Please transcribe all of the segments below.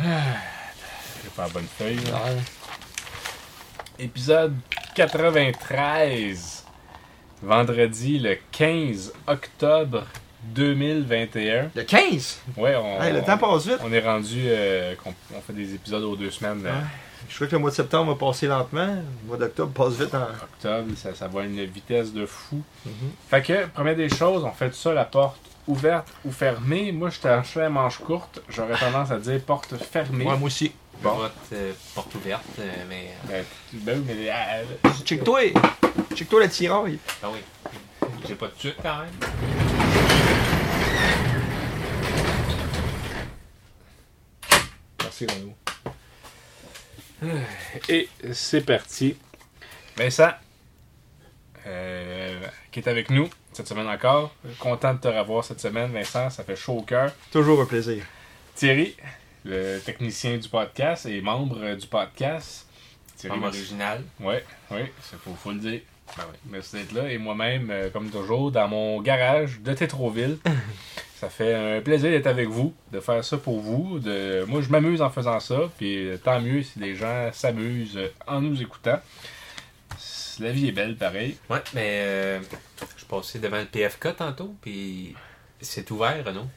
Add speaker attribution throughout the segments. Speaker 1: J'ai pas la bonne feuille. là. Épisode 93. Vendredi le 15 octobre 2021.
Speaker 2: Le 15!
Speaker 1: Ouais, on,
Speaker 2: Hey, le
Speaker 1: on-
Speaker 2: temps passe vite.
Speaker 1: on est rendu euh, qu'on on fait des épisodes aux deux semaines. euh, là.
Speaker 2: Ouais. Je crois que le mois de septembre va passer lentement. Le mois d'octobre passe vite en.
Speaker 1: Octobre, ça, ça va à une vitesse de fou.
Speaker 2: Mm-hmm.
Speaker 1: Fait que, première des choses, on fait tout ça la porte ouverte ou fermée. Moi, je suis à manche courte. J'aurais tendance à dire porte fermée.
Speaker 2: moi aussi.
Speaker 3: Je
Speaker 1: Bon.
Speaker 3: vote euh, porte ouverte, euh, mais.
Speaker 1: Ben, tu- ben oui, mais, euh,
Speaker 2: Check-toi! Check-toi la tiraille.
Speaker 3: Ah oui. J'ai pas de tuque quand même.
Speaker 2: Merci, Renaud.
Speaker 1: Euh, Et c'est parti. Vincent, euh, qui est avec nous cette semaine encore. Content de te revoir cette semaine, Vincent. Ça fait chaud au cœur.
Speaker 2: Toujours un plaisir.
Speaker 1: Thierry, le technicien du podcast et membre euh, du podcast. Thierry,
Speaker 3: Membre
Speaker 1: merci.
Speaker 3: original.
Speaker 1: Ouais, ouais, c'est faut, faut le dire. Ben oui, merci d'être là. Et moi-même, euh, comme toujours, dans mon garage de Tétroville. ça fait un plaisir d'être avec vous, de faire ça pour vous. De... Moi, je m'amuse en faisant ça. Puis euh, tant mieux si les gens s'amusent euh, en nous écoutant. S- La vie est belle, pareil.
Speaker 3: Ouais, mais euh, je passais devant le PFK tantôt, puis c'est ouvert, Renaud.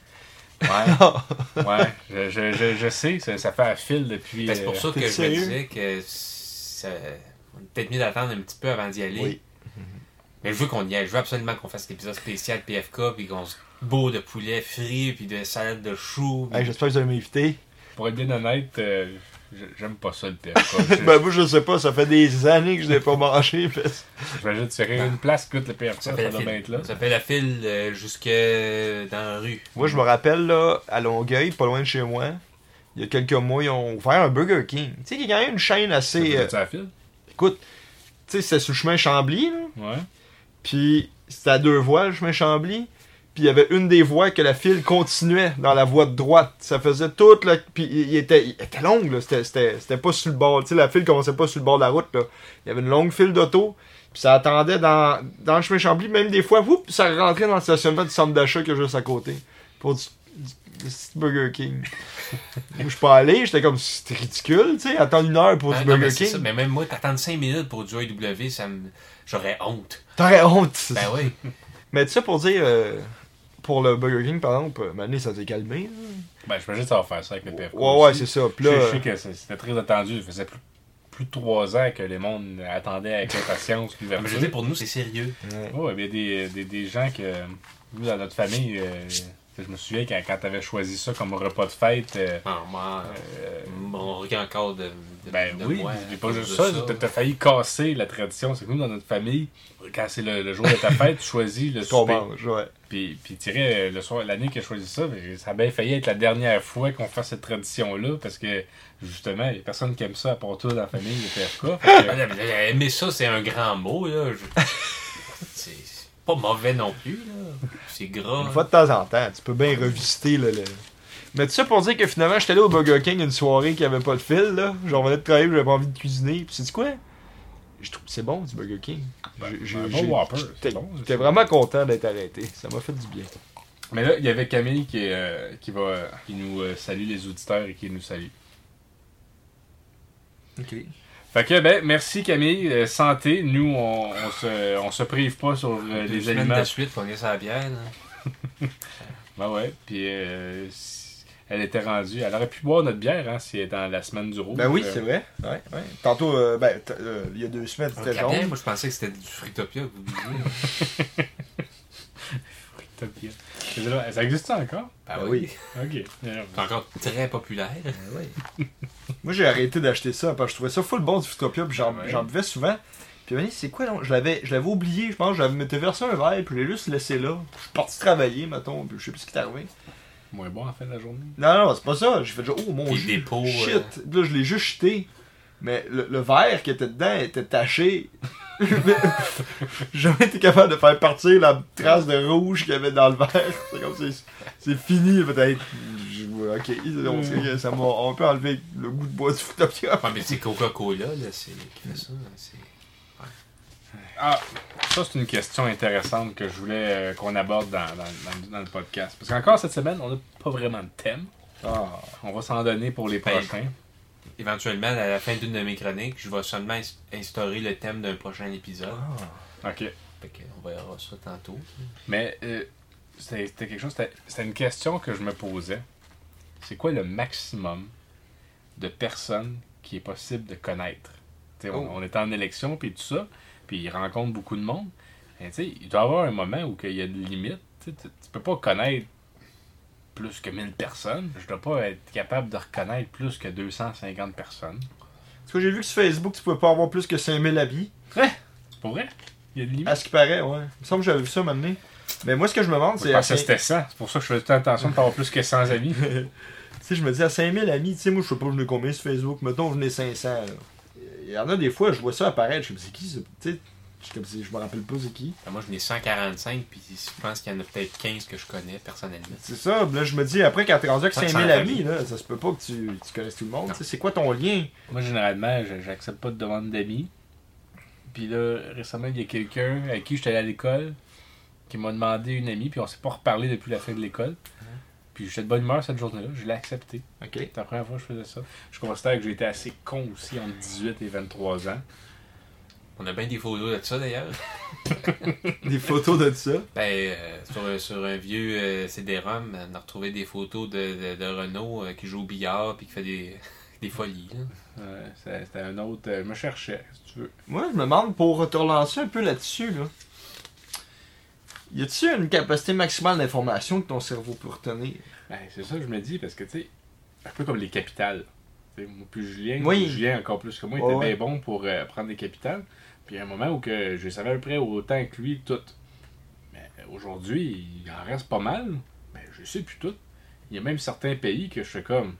Speaker 1: Ouais, ouais, je, je, je, je sais, ça, ça fait un fil depuis.
Speaker 3: Ben, c'est pour
Speaker 1: euh,
Speaker 3: ça que
Speaker 2: t'es
Speaker 3: je me
Speaker 2: sérieux?
Speaker 3: disais que ça... on est peut-être mieux d'attendre un petit peu avant d'y aller.
Speaker 2: Oui.
Speaker 3: Mais je veux qu'on y aille. Je veux absolument qu'on fasse l'épisode spécial PFK, puis qu'on se beau de poulet frit, puis de salade de choux. puis-
Speaker 2: Hey, J'espère que vous allez m'inviter.
Speaker 1: Pour être bien honnête, euh, je- j'aime pas ça le PFK.
Speaker 2: Ben, moi, je sais pas, ça fait des années que je n'ai pas mangé. parce-
Speaker 1: J'imagine tirer une place coûte le PFK, ça,
Speaker 3: ça, fait
Speaker 1: doit
Speaker 3: la
Speaker 1: bien
Speaker 3: file.
Speaker 1: être là.
Speaker 3: ça fait la file euh, jusque dans la rue.
Speaker 2: Moi, je me rappelle, là, à Longueuil, pas loin de chez moi, il y a quelques mois, ils ont ouvert un Burger King. Tu sais, qui est quand même une chaîne assez. euh,
Speaker 1: Ça fait la file?
Speaker 2: Écoute, tu sais, c'était sous le chemin Chambly, là.
Speaker 1: Ouais.
Speaker 2: Puis c'était à deux voies, le chemin Chambly. Puis il y avait une des voies que la file continuait dans la voie de droite. Ça faisait toute la. Puis il il était, il était longue, là. C'était- C'était c'était pas sur le bord. Tu sais, la file commençait pas sur le bord de la route, là. Il y avait une longue file d'auto. Puis ça attendait dans, dans le chemin Chambly. Même des fois, whoop, ça rentrait dans le stationnement du centre d'achat qui est juste à côté. Pour du, du- du petit Burger King. Moi, je suis pas allé, j'étais comme, c'était ridicule, tu sais, attendre une heure pour
Speaker 3: Ah,
Speaker 2: du
Speaker 3: non, mais
Speaker 2: Burger
Speaker 3: c'est ça.
Speaker 2: King.
Speaker 3: mais même moi, t'attends 5 minutes pour du AW, ça me... j'aurais honte.
Speaker 2: T'aurais honte.
Speaker 3: Ben oui.
Speaker 2: Mais tu sais, pour dire, euh, pour le Burger King, par exemple, euh, Mané, ça s'est calmé. là.
Speaker 1: Ben, j'imagine que ça va faire ça avec le PFK.
Speaker 2: Ouais, ouais,
Speaker 1: aussi.
Speaker 2: c'est ça. Puis
Speaker 1: Je
Speaker 2: là,
Speaker 1: sais- je
Speaker 2: euh,
Speaker 1: sais que c'est- c'était très attendu. Ça faisait plus, plus de trois ans que les mondes attendaient avec impatience
Speaker 3: Ah, mais je
Speaker 1: l'ouverture.
Speaker 3: dis pour nous, c'est sérieux.
Speaker 2: ouais.
Speaker 1: Ouais, il y a des, des, des gens que, nous, dans notre famille, euh, je me souviens quand, quand t'avais choisi ça comme repas de fête. euh,
Speaker 3: Ah, moi,
Speaker 1: euh,
Speaker 3: on regarde encore de, de-
Speaker 1: ben
Speaker 3: de
Speaker 1: oui,
Speaker 3: moi
Speaker 1: mais
Speaker 3: à
Speaker 1: pas
Speaker 3: cause
Speaker 1: juste
Speaker 3: de
Speaker 1: ça, t'as- t'as failli casser la tradition. C'est que nous, dans notre famille, quand c'est le, le jour de ta fête, tu choisis le
Speaker 2: qu'on
Speaker 1: souper.
Speaker 2: mange, ouais.
Speaker 1: Puis, puis tirer le soir, l'année que a choisi ça, ben, ça a bien failli être la dernière fois qu'on fasse cette tradition-là, parce que justement, il y a personne qui aime ça à part toi dans la famille, le PFK. Fait que,
Speaker 3: Ah, là, mais- mais ça, c'est un grand mot, là. Je- c'est c'est pas mauvais non plus, là. C'est gras.
Speaker 2: Une fois de temps en temps, tu peux bien revisiter là, le. Mais tu sais, pour dire que finalement, j'étais allé au Burger King une soirée qui avait pas de fil, là. J'en venais de travailler, j'avais pas envie de cuisiner. Puis c'est quoi? Je trouve que c'est bon du Burger King. J'ai- j'ai-
Speaker 1: un Ben, bon
Speaker 2: j'ai-
Speaker 1: Whopper, c'est
Speaker 2: J'étais
Speaker 1: bon,
Speaker 2: j'étais
Speaker 1: ça.
Speaker 2: vraiment content d'être arrêté. Ça m'a fait du bien.
Speaker 1: mais là, il y avait Camille qui, est, euh, qui va qui nous euh, salue les auditeurs et qui nous salue.
Speaker 2: Ok.
Speaker 1: Fait que ben merci Camille, Euh, santé, nous on, on se on se prive pas sur euh,
Speaker 3: Deux
Speaker 1: les
Speaker 3: semaines
Speaker 1: aliments.
Speaker 3: de suite, qu'on est sur la bière, là.
Speaker 1: Ben ouais, puis euh, si- elle était rendue, elle aurait pu boire notre bière hein, si elle était dans la semaine du rouge.
Speaker 2: Ben oui,
Speaker 1: Euh,
Speaker 2: c'est vrai. Ouais, ouais. Tantôt, euh, ben, t- euh, il y a deux semaines,
Speaker 3: Un
Speaker 2: c'était
Speaker 3: cabinet,
Speaker 2: jaune. Ben
Speaker 3: moi, je pensais que c'était du Fruitopia que vous disiez.
Speaker 1: Top, yeah. Mais là, Ça existe encore?
Speaker 3: Ben
Speaker 2: Ben
Speaker 3: oui.
Speaker 1: Ok.
Speaker 3: C'est encore très populaire.
Speaker 2: Moi, j'ai arrêté d'acheter ça parce que je trouvais ça full bon du Futopia, puis j'en
Speaker 1: Ouais.
Speaker 2: j'en buvais souvent. Puis, venez, c'est quoi, non Je l'avais je l'avais oublié, je pense. que J'avais m'étais versé un verre, puis je l'ai juste laissé là. Je suis parti travailler, mettons, puis je sais plus ce qui t'est arrivé.
Speaker 1: Moins bon à la fin de la journée.
Speaker 2: Non, non, c'est pas ça. J'ai fait genre, oh mon
Speaker 3: Puis
Speaker 2: Dieu.
Speaker 3: des pots,
Speaker 2: Shit.
Speaker 3: euh.
Speaker 2: Puis là, je l'ai juste jeté. Mais le, le verre qui était dedans était taché. Mais J'ai jamais été capable de faire partir la trace de rouge qu'il y avait dans le verre. C'est comme c'est- c'est fini, peut-être. Je- Ok,
Speaker 1: Hmm.
Speaker 2: on sait que ça m'a un peu enlevé le goût de bois du Futopia.
Speaker 3: Ouais, mais c'est Coca-Cola, là, c'est. qui fait ça, là, c'est-
Speaker 1: Ah, ça c'est une question intéressante que je voulais euh, qu'on aborde dans, dans- dans- dans le podcast. Parce qu'encore cette semaine, on n'a pas vraiment de thème. Ah, on va s'en donner pour les
Speaker 3: Ben,
Speaker 1: prochains.
Speaker 3: Éventuellement, à la fin d'une de mes chroniques, je vais seulement ins- instaurer le thème d'un prochain épisode.
Speaker 1: OK.
Speaker 3: Fait que on verra ça tantôt.
Speaker 1: Mais euh, c'était c'était quelque chose, c'était- c'était une question que je me posais. C'est quoi le maximum de personnes qui est possible de connaître? T'sais,
Speaker 2: Oh.
Speaker 1: On, on est en élection, puis tout ça, puis ils rencontrent beaucoup de monde. Mais t'sais, il doit y avoir un moment où il y a une limite. T'sais, Tu tu peux pas connaître plus que 1000 personnes. Je dois pas être capable de reconnaître plus que 250 personnes.
Speaker 2: Parce que j'ai vu que sur Facebook, tu pouvais pas avoir plus que 5000 habits.
Speaker 1: C'est pour vrai? Il y a une limite.
Speaker 2: À ce qui paraît, ouais. Il me semble que j'avais vu ça m'amener. Mais moi, ce que je me demande,
Speaker 1: Je
Speaker 2: c'est. à
Speaker 1: pensais que
Speaker 2: cinq-
Speaker 1: c'était 100. C'est pour ça que je faisais tout attention de pas avoir plus que 100 amis.
Speaker 2: Tu sais, je me dis à 5000 amis, tu sais, moi, je sais pas, je n'ai combien sur Facebook. Mettons, je n'ai 500. là. Il y en a des fois, je vois ça apparaître. Je me dis, c'est qui ça? Tu sais, je comme si- je me rappelle pas c'est qui.
Speaker 3: Ben, moi, je n'ai 145, puis je pense qu'il y en a peut-être 15 que je connais personnellement.
Speaker 2: C'est ça, là, je me dis, après, quand t'es rendu avec
Speaker 3: 500
Speaker 2: 5000 amis,
Speaker 3: amis.
Speaker 2: là, ça se peut pas que tu, tu connaisses tout le monde.
Speaker 3: Non.
Speaker 2: tu sais, C'est quoi ton lien?
Speaker 1: Moi, généralement, je- j'accepte pas de demande d'amis. Puis là, récemment, il y a quelqu'un à qui j'étais allé à l'école qui m'a demandé une amie, puis on s'est pas reparlé depuis la fin de l'école. Puis j'étais de bonne humeur cette journée-là, je l'ai accepté.
Speaker 2: Ok.
Speaker 1: C'est la première fois que je faisais ça. Je considère que j'ai été assez con aussi entre 18 et 23 ans.
Speaker 3: On a bien des photos de ça d'ailleurs.
Speaker 2: Des photos de ça.
Speaker 3: Ben, euh, sur, un- sur un vieux euh, CD-ROM, on a retrouvé des photos de, de, de Renaud euh, qui joue au billard puis qui fait des, des folies. là.
Speaker 1: Euh, c'est- C'était un autre. euh, je me cherchais, si tu veux.
Speaker 2: Moi, je me demande pour te relancer un peu là-dessus, là. Y a-tu une capacité maximale d'information que ton cerveau peut retenir?
Speaker 1: Ben, c'est ça que je me dis, parce que tu sais, un peu comme les capitales. Tu sais, moi, puis Julien,
Speaker 2: Oui.
Speaker 1: Julien encore plus que moi, était
Speaker 2: Ouais, ouais.
Speaker 1: bien bon pour euh, prendre des capitales. Puis il y a un moment où que je savais à peu près autant que lui tout. Mais aujourd'hui, il en reste pas mal, mais je sais plus tout. Il y a même certains pays que je fais comme.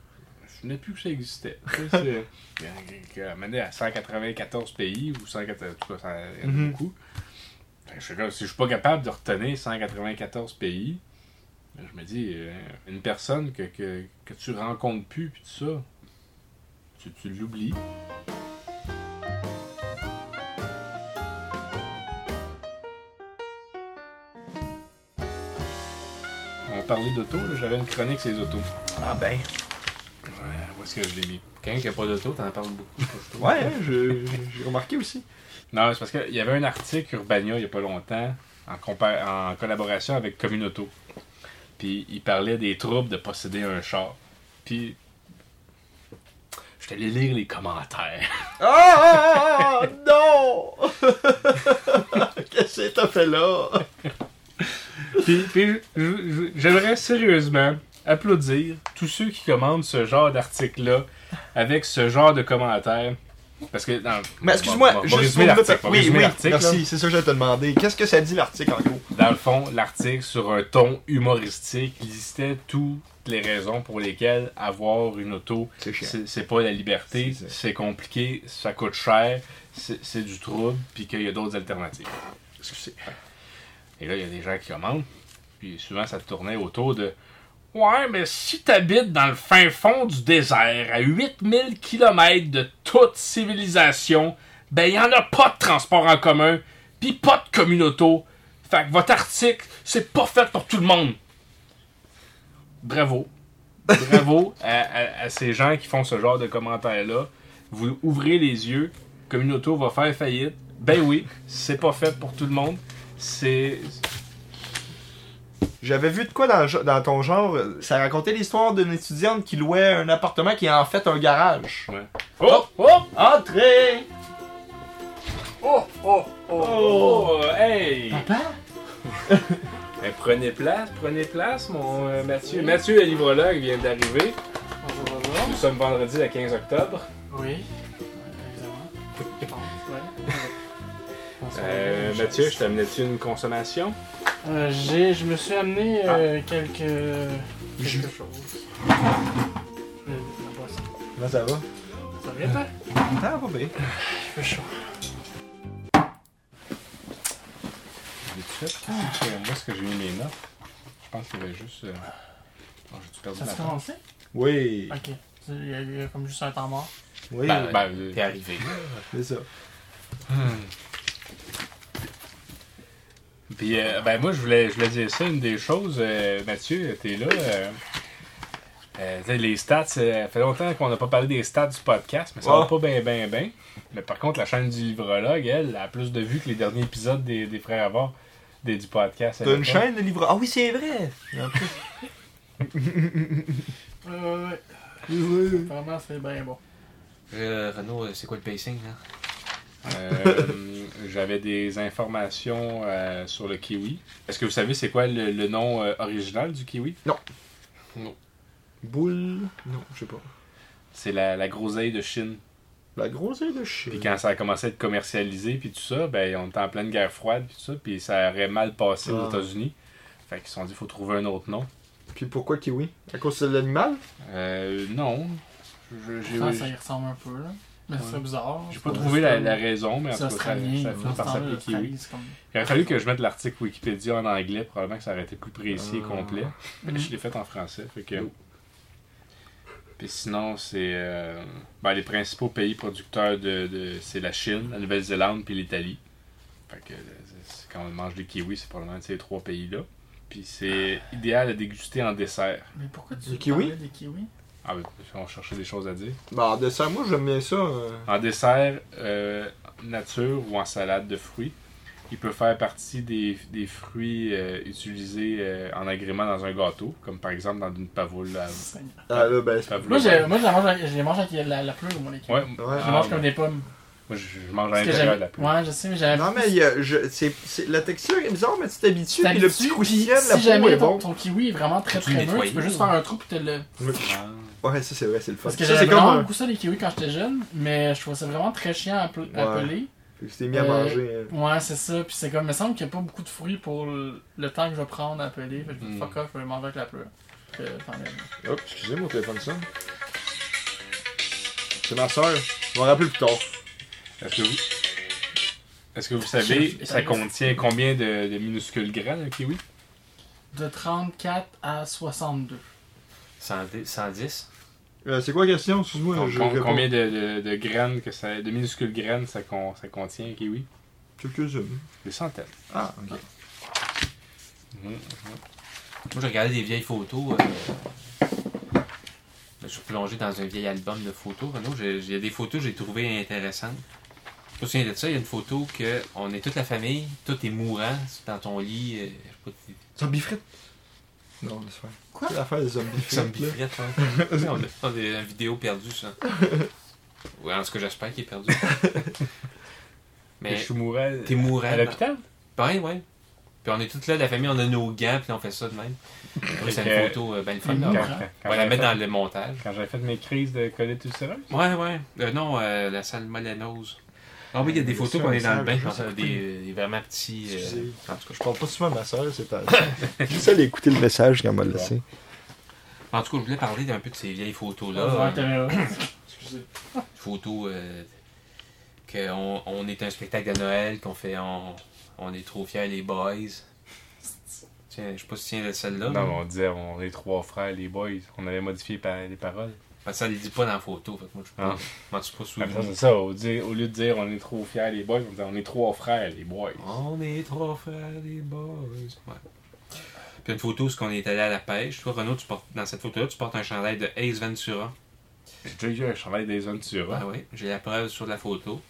Speaker 1: Je n'ai plus que ça existait. Tu sais, c'est- il y a- qui a amené à 194 pays ou 194, en tout cas, ça, il y en a
Speaker 2: Mhm.
Speaker 1: beaucoup. Fait que je suis comme, si je suis pas capable de retenir 194 pays, je me dis, euh, une personne que, que, que tu rencontres plus, puis tout ça, tu, tu l'oublies. On parlait d'auto, là, j'avais une chronique sur les autos.
Speaker 2: Ah ben.
Speaker 1: Ouais, où est-ce que je l'ai mis?
Speaker 3: Quand il n'y a pas d'auto, t'en parles beaucoup. je trouve.
Speaker 2: Ouais, hein? je- j'ai remarqué aussi.
Speaker 1: Non, c'est parce qu'il y avait un article Urbania il n'y a pas longtemps en, compa- en collaboration avec Communauto. Puis il parlait des troubles de posséder un char. Puis je t'allais lire les commentaires.
Speaker 2: Ah, ah, ah, non! Qu'est-ce que t'as fait là?
Speaker 1: puis puis je- je- je- j'aimerais sérieusement applaudir tous ceux qui commandent ce genre d'article-là avec ce genre de commentaires. Parce que. dans-
Speaker 2: Mais
Speaker 1: on va-
Speaker 2: excuse-moi,
Speaker 1: on va
Speaker 2: juste
Speaker 1: résumer
Speaker 2: pour me
Speaker 1: l'article,
Speaker 2: faire-
Speaker 1: on va
Speaker 2: Oui,
Speaker 1: résumer
Speaker 2: oui,
Speaker 1: l'article, là.
Speaker 2: merci, c'est ça que je te demandais. Qu'est-ce que ça dit l'article en gros?
Speaker 1: Dans le fond, l'article sur un ton humoristique listait toutes les raisons pour lesquelles avoir une auto,
Speaker 2: C'est
Speaker 1: c'est c'est pas la liberté,
Speaker 2: C'est ça.
Speaker 1: c'est compliqué, ça coûte cher, c'est c'est du trouble, puis qu'il y a d'autres alternatives. Excusez. Et là, il y a des gens qui commentent, puis souvent ça tournait autour de Ouais, mais si t'habites dans le fin fond du désert, à 8000 km de toute civilisation, ben il en a pas de transport en commun, puis pas de communauto. Fait que votre article, c'est pas fait pour tout le monde. Bravo. Bravo à, à- à ces gens qui font ce genre de commentaires-là. Vous ouvrez les yeux, Communauto va faire faillite. Ben oui, c'est pas fait pour tout le monde. C'est.
Speaker 2: J'avais vu de quoi dans, le ge- dans ton genre, euh, ça racontait l'histoire d'une étudiante qui louait un appartement qui est en fait un garage.
Speaker 1: Ouais. Oh! Oh!
Speaker 2: Entrez!
Speaker 1: Oh! Oh! Oh!
Speaker 2: Oh!
Speaker 1: Hey!
Speaker 2: Papa?
Speaker 1: Ben, prenez place, prenez place, mon euh, Mathieu. Mathieu, le livrologue, vient d'arriver.
Speaker 4: Bonjour, bonjour.
Speaker 1: Nous sommes vendredi le 15 octobre.
Speaker 4: Oui. Évidemment. Je pense, ouais. Bonsoir,
Speaker 1: Euh,
Speaker 4: bonjour.
Speaker 1: Mathieu, je t'amenais-tu une consommation?
Speaker 4: Euh, j'ai, je me suis amené euh, quelques.
Speaker 2: Jus.
Speaker 4: quelque chose. Euh, la boisson.
Speaker 2: Comment ça va?
Speaker 4: Ça va bien, toi?
Speaker 2: Ah, pas bien.
Speaker 4: Je fais chaud.
Speaker 1: J'ai tout fait.
Speaker 2: Ah.
Speaker 1: Qu'est-ce que- euh, Moi, ce que j'ai mis mes notes, je pense qu'il y avait juste. euh, oh, j'ai-tu perdu
Speaker 4: Ça
Speaker 1: ma
Speaker 4: s'est
Speaker 1: page?
Speaker 4: commencé?
Speaker 2: Oui.
Speaker 4: Ok. Bah, Il y, a, il y a comme juste un temps mort.
Speaker 2: Oui.
Speaker 3: Ben,
Speaker 1: Ben,
Speaker 3: euh,
Speaker 1: euh, hmm.
Speaker 3: t'es arrivé.
Speaker 2: C'est ça.
Speaker 1: Puis, euh, ben, moi, je voulais, je voulais dire ça, une des choses. euh, Mathieu, t'es là. euh, Euh, tu sais, les stats, euh, ça fait longtemps qu'on n'a pas parlé des stats du podcast, mais ça va
Speaker 2: Ouais.
Speaker 1: pas bien, bien, bien. Mais par contre, la chaîne du livrologue, elle, a plus de vues que les derniers épisodes des, des Frères Avoir des, du podcast.
Speaker 2: T'as une chaîne de livres. Ah oui, c'est vrai!
Speaker 4: Euh, ouais,
Speaker 2: Mmh.
Speaker 4: vraiment, c'est bien bon.
Speaker 3: Euh, Renaud, euh, c'est quoi le pacing, là?
Speaker 1: Euh, J'avais des informations euh, sur le kiwi. Est-ce que vous savez c'est quoi le, le nom euh, original du kiwi?
Speaker 2: Boule. Non, je sais pas.
Speaker 1: C'est la, la groseille de Chine.
Speaker 2: La groseille de chien.
Speaker 1: Puis quand ça a commencé à être commercialisé, puis tout ça, ben on était en pleine guerre froide, puis tout ça, puis ça aurait mal passé aux
Speaker 2: Ah.
Speaker 1: États-Unis. Fait qu'ils se sont dit, faut trouver un autre nom.
Speaker 2: Puis pourquoi kiwi? À cause de l'animal?
Speaker 1: Euh, non. Je- J'ai
Speaker 4: Ah, Ça, ça y ressemble un peu, là. Mais c'est bizarre.
Speaker 1: j'ai pas trouvé la, la raison, mais en
Speaker 4: C'est
Speaker 1: tout cas, ça, ça
Speaker 4: australien.
Speaker 1: finit par s'appeler kiwi.
Speaker 4: C'est comme...
Speaker 1: Il aurait fallu que je mette l'article Wikipédia en anglais, probablement que ça aurait été plus précis et
Speaker 2: Ah.
Speaker 1: complet. Fait que
Speaker 4: Mm.
Speaker 1: Je l'ai fait en français. Fait que... Puis sinon, c'est. euh, ben, les principaux pays producteurs de. de- c'est la Chine, la Nouvelle-Zélande, puis l'Italie. Fait que euh, c'est- quand on mange des kiwis, c'est probablement de ces trois pays-là. Puis c'est idéal à déguster en dessert.
Speaker 4: Mais pourquoi tu
Speaker 2: Du kiwi?
Speaker 4: parlais des kiwis?
Speaker 1: Ah, ben, on cherchait des choses à dire.
Speaker 2: Bah, de ça, moi, j'aime bien ça. euh.
Speaker 1: En dessert, euh, nature ou en salade de fruits. Il peut faire partie des, des fruits euh, utilisés euh, en agrément dans un gâteau, comme par exemple dans une pavoule. la-
Speaker 4: Seigneur.
Speaker 2: Ah là, ben, c'est-
Speaker 1: pavoule
Speaker 4: Moi,
Speaker 1: au
Speaker 4: j'ai-
Speaker 1: beurre.
Speaker 4: moi, je la mange avec- je les mange avec la, la plume, moi, les kiwis.
Speaker 1: Ouais,
Speaker 2: Ouais.
Speaker 4: Je
Speaker 1: ah,
Speaker 4: les mange
Speaker 1: ben,
Speaker 4: comme des pommes.
Speaker 1: moi, je, je mange à
Speaker 4: Parce que
Speaker 1: l'intérieur
Speaker 4: j'avais-
Speaker 1: de la plume.
Speaker 4: Ouais, je sais, mais j'avais.
Speaker 2: Non, mais il y a- je- c'est- c'est- la texture est bizarre, mais tu t'habitues.
Speaker 4: Ça
Speaker 2: Puis le
Speaker 4: l'habitue,
Speaker 2: petit
Speaker 4: puis
Speaker 2: croustillant de la
Speaker 4: si
Speaker 2: peau est
Speaker 4: jamais
Speaker 2: bon.
Speaker 4: ton, ton kiwi est vraiment très
Speaker 3: Faut-tu le
Speaker 4: crémeux,
Speaker 3: nettoyer,
Speaker 4: tu peux juste
Speaker 3: ou?
Speaker 4: faire un trou pis te le.
Speaker 1: Ah.
Speaker 2: Ouais, ça, c'est vrai, c'est le fun.
Speaker 4: Parce que
Speaker 2: ça, c'est
Speaker 4: j'avais vraiment
Speaker 2: comme un.
Speaker 4: beaucoup ça les kiwis quand j'étais jeune, mais je trouvais ça vraiment très chiant à, pel- à
Speaker 2: Ouais.
Speaker 4: peler.
Speaker 2: Fait que tu t'es mis à
Speaker 4: Euh,
Speaker 2: manger. hein.
Speaker 4: Ouais, c'est ça, pis c'est comme, il me semble qu'il n'y a pas beaucoup de fruits pour le, le temps que je vais prendre à peler. Fait que
Speaker 1: Mm.
Speaker 3: Hmm.
Speaker 4: fuck off, je vais manger avec la pleure. Fait que, tant mieux.
Speaker 2: Hop, excusez, mon téléphone sonne. C'est ma soeur. Je m'en rappelle plus tard.
Speaker 1: Est-ce que vous. Est-ce que vous savez, ça contient combien de, de minuscules grains, le kiwi?
Speaker 4: De 34 à 62.
Speaker 3: 110? 110?
Speaker 2: Euh, c'est quoi la question? Excuse-moi,
Speaker 1: Com-
Speaker 2: je
Speaker 1: com-
Speaker 2: réponds.
Speaker 1: combien de, de, de graines que ça, de minuscules graines ça, con- ça contient, le kiwi?
Speaker 2: Quelques-unes.
Speaker 1: Des centaines.
Speaker 2: Ah, ok.
Speaker 1: Mhm.
Speaker 3: Moi, je regardais des vieilles photos. euh, Je suis plongé dans un vieil album de photos, Renaud. J'ai- j'ai- Il y a des photos que j'ai trouvées intéressantes. Je me souviens de ça, il y a une photo que on est toute la famille, tout est mourant, c'est dans ton lit, euh, je sais pas,
Speaker 2: Zombie frites? Non, laisse faire.
Speaker 4: Quoi?
Speaker 2: C'est l'affaire des zombies frites.
Speaker 3: Zombie
Speaker 2: là.
Speaker 3: frette, hein. Ouais, on, a, on a une vidéo perdue, ça. Ouais, en tout cas, j'espère qu'il est perdu.
Speaker 1: Et
Speaker 3: Mais
Speaker 1: Je suis mourant
Speaker 3: t'es mourant.
Speaker 1: euh, à l'hôpital?
Speaker 3: Pareil, ouais. Puis on est toute là, la famille, on a nos gants, puis on fait ça de même. Ouais, c'est
Speaker 1: Euh,
Speaker 3: une photo euh, ben le fun.
Speaker 4: Une
Speaker 3: là.
Speaker 1: Quand-
Speaker 4: mourant.
Speaker 1: quand-
Speaker 3: On
Speaker 1: quand
Speaker 3: va la
Speaker 1: j'avais
Speaker 3: mettre
Speaker 1: fait-
Speaker 3: dans le montage.
Speaker 1: Quand j'avais fait mes crises de colite ulcéreuse?
Speaker 3: Ouais, ouais. Euh, non, euh, la salmonellose. Ah oui, il y a des
Speaker 2: Euh,
Speaker 3: photos
Speaker 2: ça,
Speaker 3: qu'on est dans
Speaker 2: ça,
Speaker 3: le bain,
Speaker 2: je
Speaker 3: puis on
Speaker 2: sais
Speaker 3: a
Speaker 2: pas.
Speaker 3: des, des vraiment petits. euh,
Speaker 2: Excusez.
Speaker 3: en tout cas,
Speaker 2: Je parle pas souvent à ma soeur, c'est pas. Juste aller écouter le message qu'elle m'a laissé.
Speaker 3: je- en tout cas, je voulais parler d'un peu de ces vieilles photos-là.
Speaker 4: Ouais,
Speaker 3: euh,
Speaker 4: la caméra. Excusez.
Speaker 3: photos euh, qu'on on est un spectacle de Noël, qu'on fait on, on est trop fiers les boys. Tiens, je sais pas si tu tiens de celle-là.
Speaker 1: Non, mais on disait, on est trois frères, les boys. On avait modifié par- les paroles.
Speaker 3: Parce que ça ne dit pas dans la photo. Fait que moi, je
Speaker 1: Ah.
Speaker 3: ne m'en suis pas
Speaker 1: Ah, mais ça,
Speaker 3: souvenu.
Speaker 1: c'est ça. Au, di- au lieu de dire on est trop fiers, les boys, on disait on est trois frères, les boys.
Speaker 3: On est trop frères les boys. Ouais. Puis une photo, c'est qu'on est allé à la pêche. Toi, Renaud, tu portes, dans cette photo-là, tu portes un chandail de Ace Ventura.
Speaker 1: J'ai déjà eu un chandail des Ventura.
Speaker 3: Ah oui, j'ai la preuve sur la photo.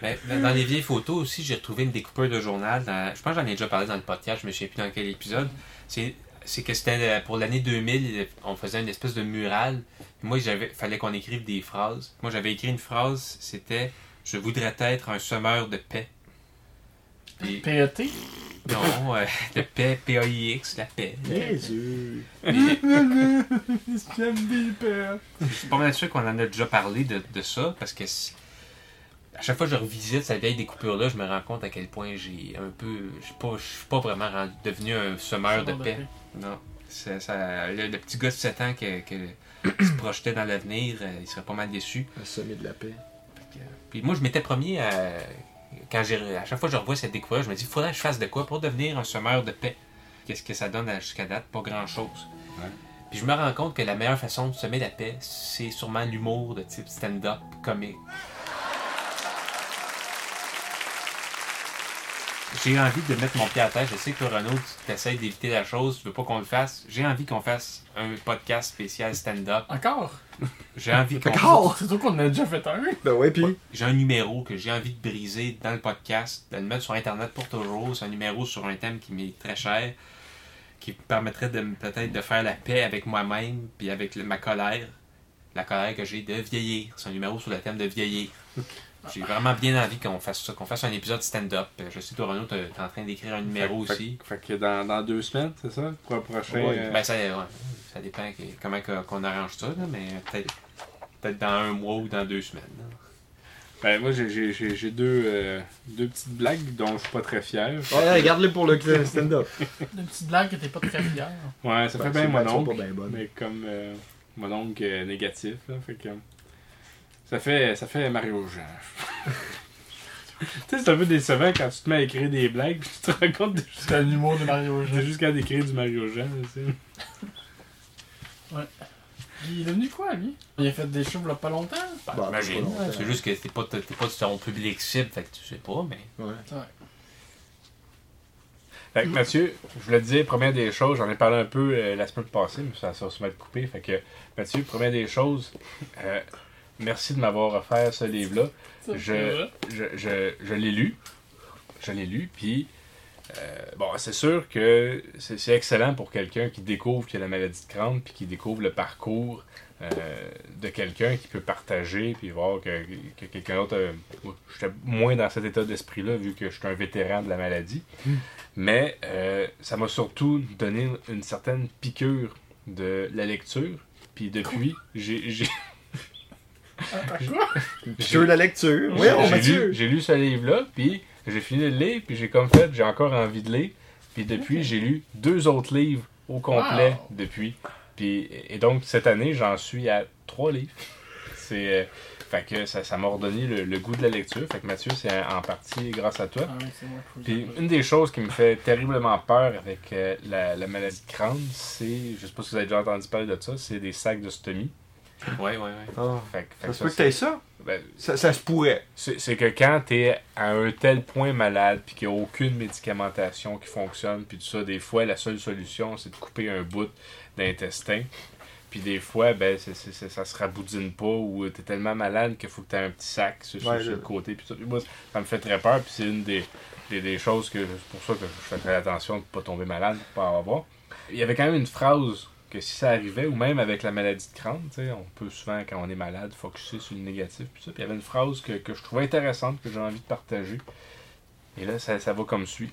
Speaker 3: Mais dans- dans les vieilles photos aussi, j'ai retrouvé une découpeur de journal. dans- je pense que j'en ai déjà parlé dans le podcast, mais je ne sais plus dans quel épisode. C'est c'est que c'était euh, pour l'année 2000, on faisait une espèce de mural. Moi, j'avais fallait qu'on écrive des phrases. Moi, j'avais écrit une phrase, c'était « Je voudrais être un semeur de paix ». Puis-
Speaker 4: PET?
Speaker 3: Non, euh, de paix, P-A-I-X, la paix.
Speaker 2: Jésus.
Speaker 4: J'aime des PET.
Speaker 3: Je suis pas mal sûr qu'on en a déjà parlé de, de ça, parce que c- à chaque fois que je revisite cette vieille découpure-là, je me rends compte à quel point j'ai un peu. Je suis pas, je suis pas vraiment rendu- devenu un semeur de
Speaker 4: E
Speaker 3: paix. Non. Ça- ça- le, le petit gars de 7 ans qui, qui- qui se projetait dans l'avenir, euh, il serait pas mal déçu.
Speaker 2: Le sommet de la paix.
Speaker 3: Puis moi, je m'étais promis à. Quand j'ai, à chaque fois que je revois cette découverte, je me dis, faudrait que je fasse de quoi pour devenir un semeur de paix. Qu'est-ce que ça donne à- jusqu'à date? Pas grand-chose.
Speaker 1: Ouais.
Speaker 3: Puis je me rends compte que la meilleure façon de semer la paix, c'est sûrement l'humour de type stand-up, comique. j'ai envie de mettre mon pied à terre. Je sais que toi, Renaud, tu essaies d'éviter la chose. Tu veux pas qu'on le fasse. J'ai envie qu'on fasse un podcast spécial stand-up.
Speaker 4: Encore?
Speaker 3: J'ai envie qu'on.
Speaker 2: Encore?
Speaker 4: C'est toi qu'on en a déjà fait un.
Speaker 2: Ben ouais, puis
Speaker 3: J'ai un numéro que j'ai envie de briser dans le podcast, de le mettre sur Internet pour toujours. C'est un numéro sur un thème qui m'est très cher, qui me permettrait de me- peut-être de faire la paix avec moi-même, puis avec le- ma colère, la colère que j'ai de vieillir. C'est un numéro sur le thème de vieillir. J'ai vraiment bien envie qu'on fasse ça, qu'on fasse un épisode stand-up. Euh, Je sais, toi, Renaud, t'es t'es en train d'écrire un numéro
Speaker 1: Fait-
Speaker 3: aussi.
Speaker 1: Fait, fait que dans, dans deux semaines, c'est ça? Pour un prochain.
Speaker 2: Ouais.
Speaker 1: euh,
Speaker 3: Ben, ça, ouais, ça dépend que- comment que- qu'on arrange ça, là, mais peut-être peut-être dans un mois ou dans deux semaines. là.
Speaker 1: ben, moi, j'ai- j'ai j'ai- j'ai deux, euh, deux petites blagues dont je suis pas très fier.
Speaker 2: Ouais, regarde-les pour le stand-up.
Speaker 4: Une petite blague que t'es pas très fier.
Speaker 1: Ouais, ça fait
Speaker 2: Ben,
Speaker 1: bien
Speaker 2: c'est
Speaker 1: mon
Speaker 2: pas- c'est
Speaker 1: oncle.
Speaker 2: pas bien bonne.
Speaker 1: Mais comme euh, mon oncle est négatif, là, fait que. Ça fait, ça fait Mario Jean. tu sais, c'est un peu décevant quand tu te mets à écrire des blagues puis tu te rends compte de
Speaker 4: C'est un humour de Mario
Speaker 1: J'ai
Speaker 4: Jean.
Speaker 1: juste qu'à décrire du Mario Jean, là, tu sais.
Speaker 4: Il est devenu quoi, lui? Il a fait des shows il y a pas longtemps?
Speaker 2: Bah,
Speaker 3: Imagine.
Speaker 2: c'est pas longtemps.
Speaker 3: C'est juste que t'es pas, t'es pas de ton public cible, fait que tu sais pas, mais.
Speaker 2: Ouais.
Speaker 1: Fait que Mathieu, je voulais te dire, première des choses, j'en ai parlé un peu euh, la semaine passée, mais ça, ça va se mettre coupé. Fait que, Mathieu, première des choses, euh, merci de m'avoir offert ce livre-là.
Speaker 4: Ça,
Speaker 1: Je-
Speaker 4: c'est vrai.
Speaker 1: je, je, je l'ai lu. Je l'ai lu, puis... euh, bon, c'est sûr que c'est c'est excellent pour quelqu'un qui découvre qu'il a la maladie de Crohn, puis qui découvre le parcours euh, de quelqu'un qui peut partager, puis voir que, que quelqu'un d'autre... euh, moi, J'étais moins dans cet état d'esprit-là, vu que je suis un vétéran de la maladie. Mais euh, ça m'a surtout donné une certaine piqûre de la lecture, puis depuis, j'ai... j'ai-
Speaker 4: Attends, Ah, quoi?
Speaker 2: Je veux la lecture. Oui,
Speaker 1: j'ai-
Speaker 2: on
Speaker 1: j'ai
Speaker 2: Mathieu.
Speaker 1: lu, j'ai lu ce livre-là, puis j'ai fini de le lire, puis j'ai comme fait, j'ai encore envie de lire. Puis depuis, j'ai lu deux autres livres au complet
Speaker 4: Wow.
Speaker 1: depuis. Puis, et donc, cette année, j'en suis à trois livres. C'est, euh, fait que ça, ça m'a redonné le, le goût de la lecture. Fait que Mathieu, c'est en partie grâce à toi.
Speaker 4: Ah oui, c'est moi cool.
Speaker 1: Puis une des choses qui me fait terriblement peur avec euh, la, la maladie de Crohn, c'est, je sais pas si vous avez déjà entendu parler de ça, c'est des sacs de stomie.
Speaker 3: Ouais, ouais, ouais.
Speaker 2: Ah.
Speaker 1: Fait, que- fait
Speaker 2: Ça
Speaker 1: que
Speaker 2: se peut que
Speaker 1: c'est-
Speaker 2: t'aies ça?
Speaker 1: ben,
Speaker 2: Ça, ça se pourrait.
Speaker 1: C'est c'est que quand t'es à un tel point malade, puis qu'il n'y a aucune médicamentation qui fonctionne, puis tout ça, des fois, la seule solution, c'est de couper un bout d'intestin. Puis des fois, ben, c'est- c'est- c'est- ça se raboudine pas, ou t'es tellement malade qu'il faut que t'aies un petit sac sur, sur-
Speaker 2: Ouais,
Speaker 1: sur
Speaker 2: je-
Speaker 1: le côté. Puis ça, Moi, ça me fait très peur, puis c'est une des, des, des choses que c'est pour ça que je fais très attention de pas tomber malade, de pas en avoir. Il y avait quand même une phrase que si ça arrivait, ou même avec la maladie de Crohn, tu sais, on peut souvent, quand on est malade, focuser sur le négatif, puis ça. Puis il y avait une phrase que, que je trouvais intéressante, que j'ai envie de partager. Et là, ça, ça va comme suit.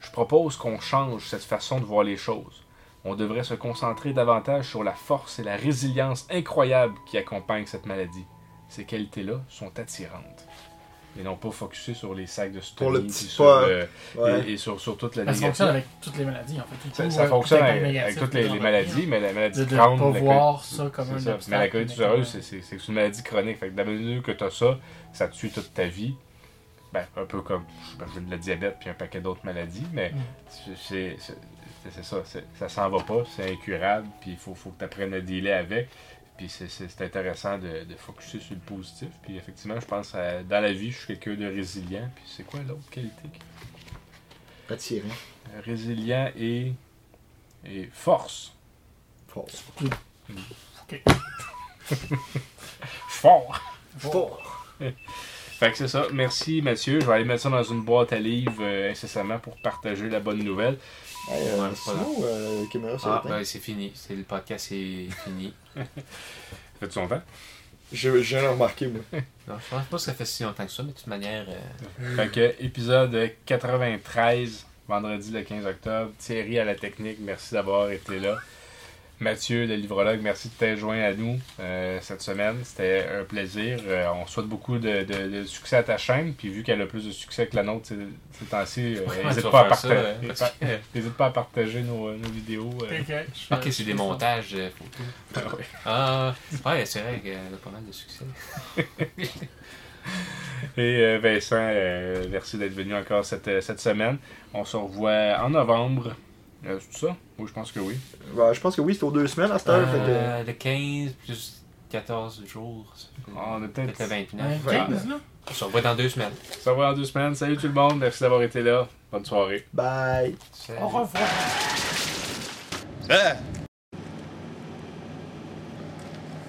Speaker 1: Je propose qu'on change cette façon de voir les choses. On devrait se concentrer davantage sur la force et la résilience incroyable qui accompagnent cette maladie. Ces qualités-là sont attirantes. Et non pas focusser sur les sacs de stomie,
Speaker 2: Pour le
Speaker 1: puis
Speaker 2: petit
Speaker 1: sur,
Speaker 2: pas.
Speaker 1: le-
Speaker 2: Ouais.
Speaker 1: et, et sur, sur toute la
Speaker 4: Ça
Speaker 1: négative.
Speaker 4: fonctionne avec toutes les maladies, en fait.
Speaker 1: Ça,
Speaker 4: Tout,
Speaker 1: ça
Speaker 4: euh,
Speaker 1: fonctionne
Speaker 4: tout est
Speaker 1: avec,
Speaker 4: négatif,
Speaker 1: avec toutes les,
Speaker 4: tout est
Speaker 1: les maladies, mais la maladie
Speaker 4: De
Speaker 1: de
Speaker 4: ne
Speaker 1: Crohn,
Speaker 4: pas
Speaker 1: la-
Speaker 4: voir ça comme
Speaker 1: c'est
Speaker 4: un
Speaker 1: ça.
Speaker 4: obstacle.
Speaker 1: Mais la colite
Speaker 4: mais comme
Speaker 1: ulcéreuse,
Speaker 4: un-
Speaker 1: c'est- c'est c'est une maladie chronique. Fait que dans la mesure que t'as ça, ça te suit toute ta vie. Ben, un peu comme je sais pas, j'ai de la diabète puis un paquet d'autres maladies, mais
Speaker 4: Mm.
Speaker 1: c'est- c'est c'est- c'est ça. c'est- Ça s'en va pas, c'est incurable, puis il faut, faut que tu apprennes à dealer avec. Puis c'est- c'est c'est intéressant de, de focuser sur le positif. Puis effectivement, je pense à- dans la vie, je suis quelqu'un de résilient. Puis c'est quoi l'autre qualité qui-
Speaker 2: Attirant.
Speaker 1: Résilient et, et force.
Speaker 2: Fort.
Speaker 1: Fort!
Speaker 2: Fort.
Speaker 1: Fait que c'est ça. Merci Mathieu. Je vais aller mettre ça dans une boîte à livres euh, incessamment pour partager la bonne nouvelle.
Speaker 2: Hey, euh,
Speaker 3: Ouais,
Speaker 2: sinon, euh, caméra sur
Speaker 3: Ah,
Speaker 2: le temps.
Speaker 3: ben c'est fini. C'est le podcast, c'est fini.
Speaker 1: Ça fait-tu longtemps?
Speaker 2: J'ai j'ai rien remarqué, moi.
Speaker 3: Non, je pense pas que ça fait si longtemps que ça, mais de toute manière. euh,
Speaker 1: Fait que épisode 93, vendredi le 15 octobre. Thierry à la technique, merci d'avoir été là. Mathieu, le livrologue, merci de t'être joint à nous euh, cette semaine. C'était un plaisir. Euh, on souhaite beaucoup de, de- de succès à ta chaîne. Puis vu qu'elle a plus de succès que la nôtre ces, ces temps-ci, euh,
Speaker 3: comment tu
Speaker 1: n'hésite
Speaker 3: vas
Speaker 1: pas, à
Speaker 3: faire ça,
Speaker 1: partager-
Speaker 3: euh, parce que-
Speaker 1: n'hésite pas à partager nos, nos vidéos. euh.
Speaker 4: Ok, je fais-
Speaker 3: Ok, c'est des montages euh, photos.
Speaker 1: Ah ouais.
Speaker 3: Ah, ouais, c'est vrai qu'elle a pas mal de succès.
Speaker 1: Et euh, Vincent, euh, merci d'être venu encore cette, euh, cette semaine. On se revoit en novembre. Euh, c'est tout ça? Oui, je pense que oui.
Speaker 2: Bah, je pense que oui, c'est aux deux semaines à cette heure. fait que-
Speaker 3: Euh, le 15, plus 14 jours. ça fait
Speaker 1: Ah, on est peut-être-
Speaker 3: Peut-être le 29.
Speaker 2: Ouais.
Speaker 4: 15, là?
Speaker 3: On se revoit dans deux semaines.
Speaker 1: Ça va en deux semaines. Salut tout le monde. Merci d'avoir été là. Bonne soirée.
Speaker 2: Bye.
Speaker 4: Au revoir.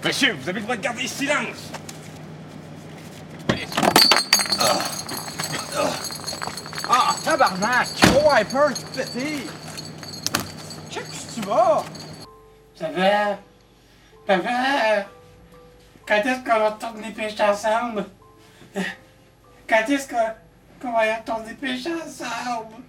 Speaker 5: Monsieur, vous avez le droit de garder silence
Speaker 6: Ah, tabarnak! Gros hyper tout pété! Check où tu vas!
Speaker 7: Papa, papa, quand est-ce qu'on retourne les pêches ensemble? Quand est-ce qu'on qu'on va retourner pêcher ensemble?